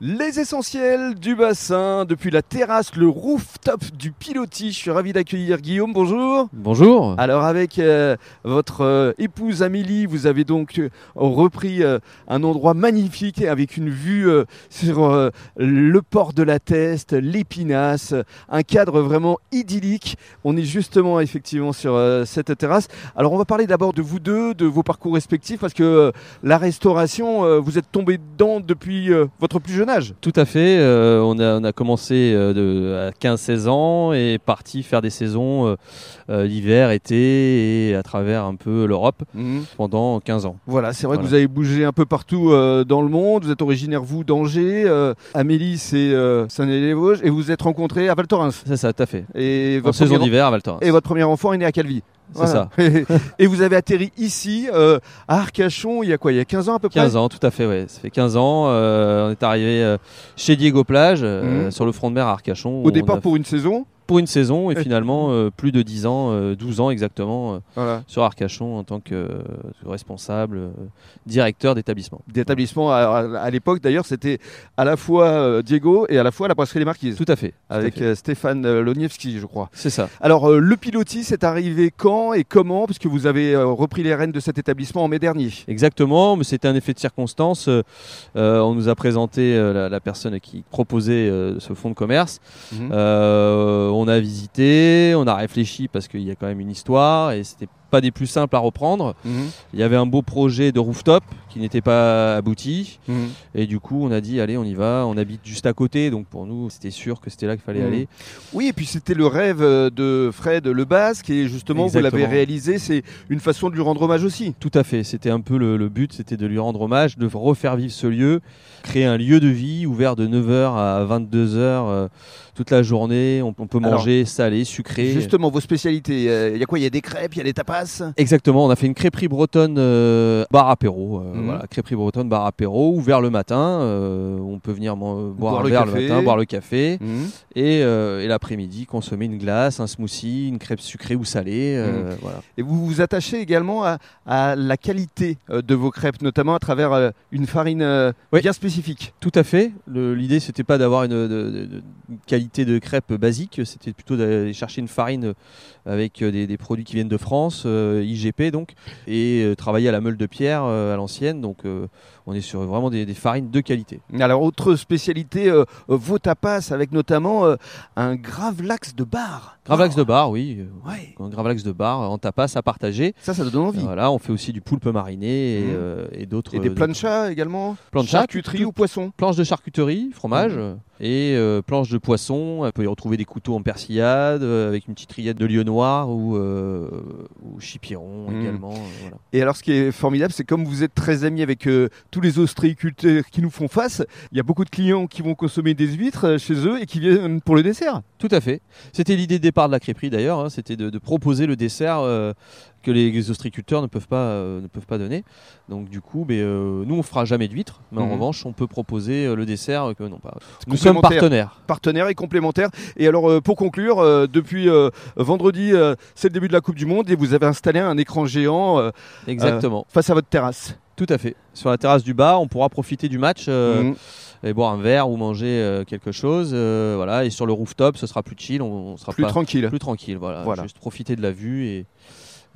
Les essentiels du bassin, depuis la terrasse, le rooftop du pilotis. Je suis ravi d'accueillir Guillaume, bonjour. Bonjour. Ah, Alors avec euh, votre euh, épouse Amélie, vous avez donc euh, repris euh, un endroit magnifique avec une vue euh, sur euh, le port de la Teste, l'Épinasse, un cadre vraiment idyllique. On est justement effectivement sur euh, cette terrasse. Alors on va parler d'abord de vous deux, de vos parcours respectifs, parce que euh, la restauration, euh, vous êtes tombé dedans depuis euh, votre plus jeune âge. Tout à fait. euh, on, a, on a commencé euh, de, à 15-16 ans et parti faire des saisons euh, euh, l'hiver, été et à travers un peu l'Europe pendant 15 ans. Voilà, c'est vrai que Mhm. Voilà. vous avez bougé un peu partout euh, dans le monde. Vous êtes originaire, vous, d'Angers. euh, Amélie, c'est euh, Saint-Hélène-les-Vosges. Et vous vous êtes rencontrés à Val Thorens. C'est ça, tout à fait. Et En votre, saison premier, d'hiver à Val Thorens. et votre premier enfant est né à Calvi. C'est ça. et vous avez atterri ici, euh, à Arcachon, il y a quoi Il y a 15 ans à peu près 15 ans, tout à fait, ouais. Ça fait 15 ans. euh, on est arrivé euh, chez Diego Plage, euh, Mhm. sur le front de mer à Arcachon. Au On départ a- pour une saison. pour une saison et finalement euh, plus de 10 ans, euh, 12 ans exactement, euh, Voilà. sur Arcachon en tant que euh, responsable, euh, directeur d'établissement. D'établissement, à, à- à l'époque d'ailleurs, c'était à la fois euh, Diego et à la fois la brasserie Les Marquises. Tout à fait. tout à avec fait. euh, Stéphane euh, Loniewski, je crois. C'est ça. Alors, euh, le pilotis est arrivé quand et comment Puisque vous avez euh, repris les rênes de cet établissement en mai dernier. Exactement, mais c'était un effet de circonstance. Euh, euh, on nous a présenté euh, la, la personne qui proposait euh, ce fonds de commerce. Mmh. Euh, on a visité, on a réfléchi parce qu'il y a quand même une histoire et c'était pas des plus simples à reprendre. Il y avait un beau projet de rooftop qui n'était pas abouti et du coup on a dit allez on y va. On habite juste à côté donc pour nous c'était sûr que c'était là qu'il fallait Mhm. aller. Oui, et puis c'était le rêve euh, de Fred Le Basque, et justement, vous l'avez Exactement. réalisé, c'est une façon de lui rendre hommage aussi. Tout à fait, c'était un peu le, le but, c'était de lui rendre hommage, de refaire vivre ce lieu, créer un lieu de vie ouvert de 9h à 22h toute la journée, on, on peut Alors, manger salé, sucré. Justement, vos spécialités, euh, il y a quoi Il y a des crêpes, il y a des tapas Exactement, on a fait une crêperie bretonne euh, bar apéro, euh, Mhm. voilà, crêperie bretonne bar apéro ouvert le matin, euh, on peut venir man- Boire boire, un le verre café. le matin, boire le café et, euh, et l'après-midi consommer une glace, un smoothie, une crêpe sucrée ou salée, Mhm. euh, voilà. Et vous vous attachez également à, à la qualité euh, de vos crêpes, notamment à travers euh, une farine euh, Oui. bien spécifique. Tout à fait. Le- L'idée, c'était pas d'avoir une, de- de- de- une qualité de crêpe basique, c'était plutôt d'aller chercher une farine avec euh, des, des produits qui viennent de France, euh, IGP donc, et euh, travailler à la meule de pierre euh, à l'ancienne. Donc, euh, on est sur vraiment des, des farines de qualité. Alors, autre spécialité, euh, euh, vos tapas, avec notamment euh, un gravlax de bar. Gravlax de bar, oui. Ouais. Un gravlax de bar euh, en tapas à partager. Ça, ça donne envie. Voilà, on fait aussi du poulpe mariné et, Mhm. euh, et d'autres. Et des euh, planchas également Plancha, Charcuterie tout- ou poisson planches de charcuterie, fromage Mhm. et euh, planches de poisson. On peut y retrouver des couteaux en persillade euh, avec une petite rillette de lieu noir ou, euh, ou chipiron Mm. également. euh, voilà. Et alors, ce qui est formidable, c'est comme vous êtes très amis avec euh, tous les ostréiculteurs qui nous font face, il y a beaucoup de clients qui vont consommer des huîtres euh, chez eux et qui viennent pour le dessert. Tout à fait. C'était l'idée de départ de la crêperie d'ailleurs. hein, C'était de, de proposer le dessert euh, que les, les ostriculteurs ne peuvent pas euh, ne peuvent pas donner. Donc du coup, ben, euh, nous on fera jamais d'huîtres, mais en Mhm. revanche on peut proposer euh, le dessert que non pas. C'est Nous sommes complémentaire. partenaires. Partenaires et complémentaires. Et alors, euh, pour conclure, euh, depuis euh, vendredi, euh, c'est le début de la Coupe du Monde et vous avez installé un écran géant euh, Exactement. face à votre terrasse. Tout à fait. Sur la terrasse du bar, on pourra profiter du match. euh, Mhm. et boire un verre ou manger euh, quelque chose. euh, voilà. Et sur le rooftop, ce sera plus chill, on, on sera Plus pas- tranquille. plus tranquille. Voilà. Voilà. Juste profiter de la vue et,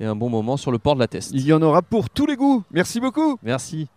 et un bon moment sur le port de la Teste. Il y en aura pour tous les goûts. Merci beaucoup. Merci.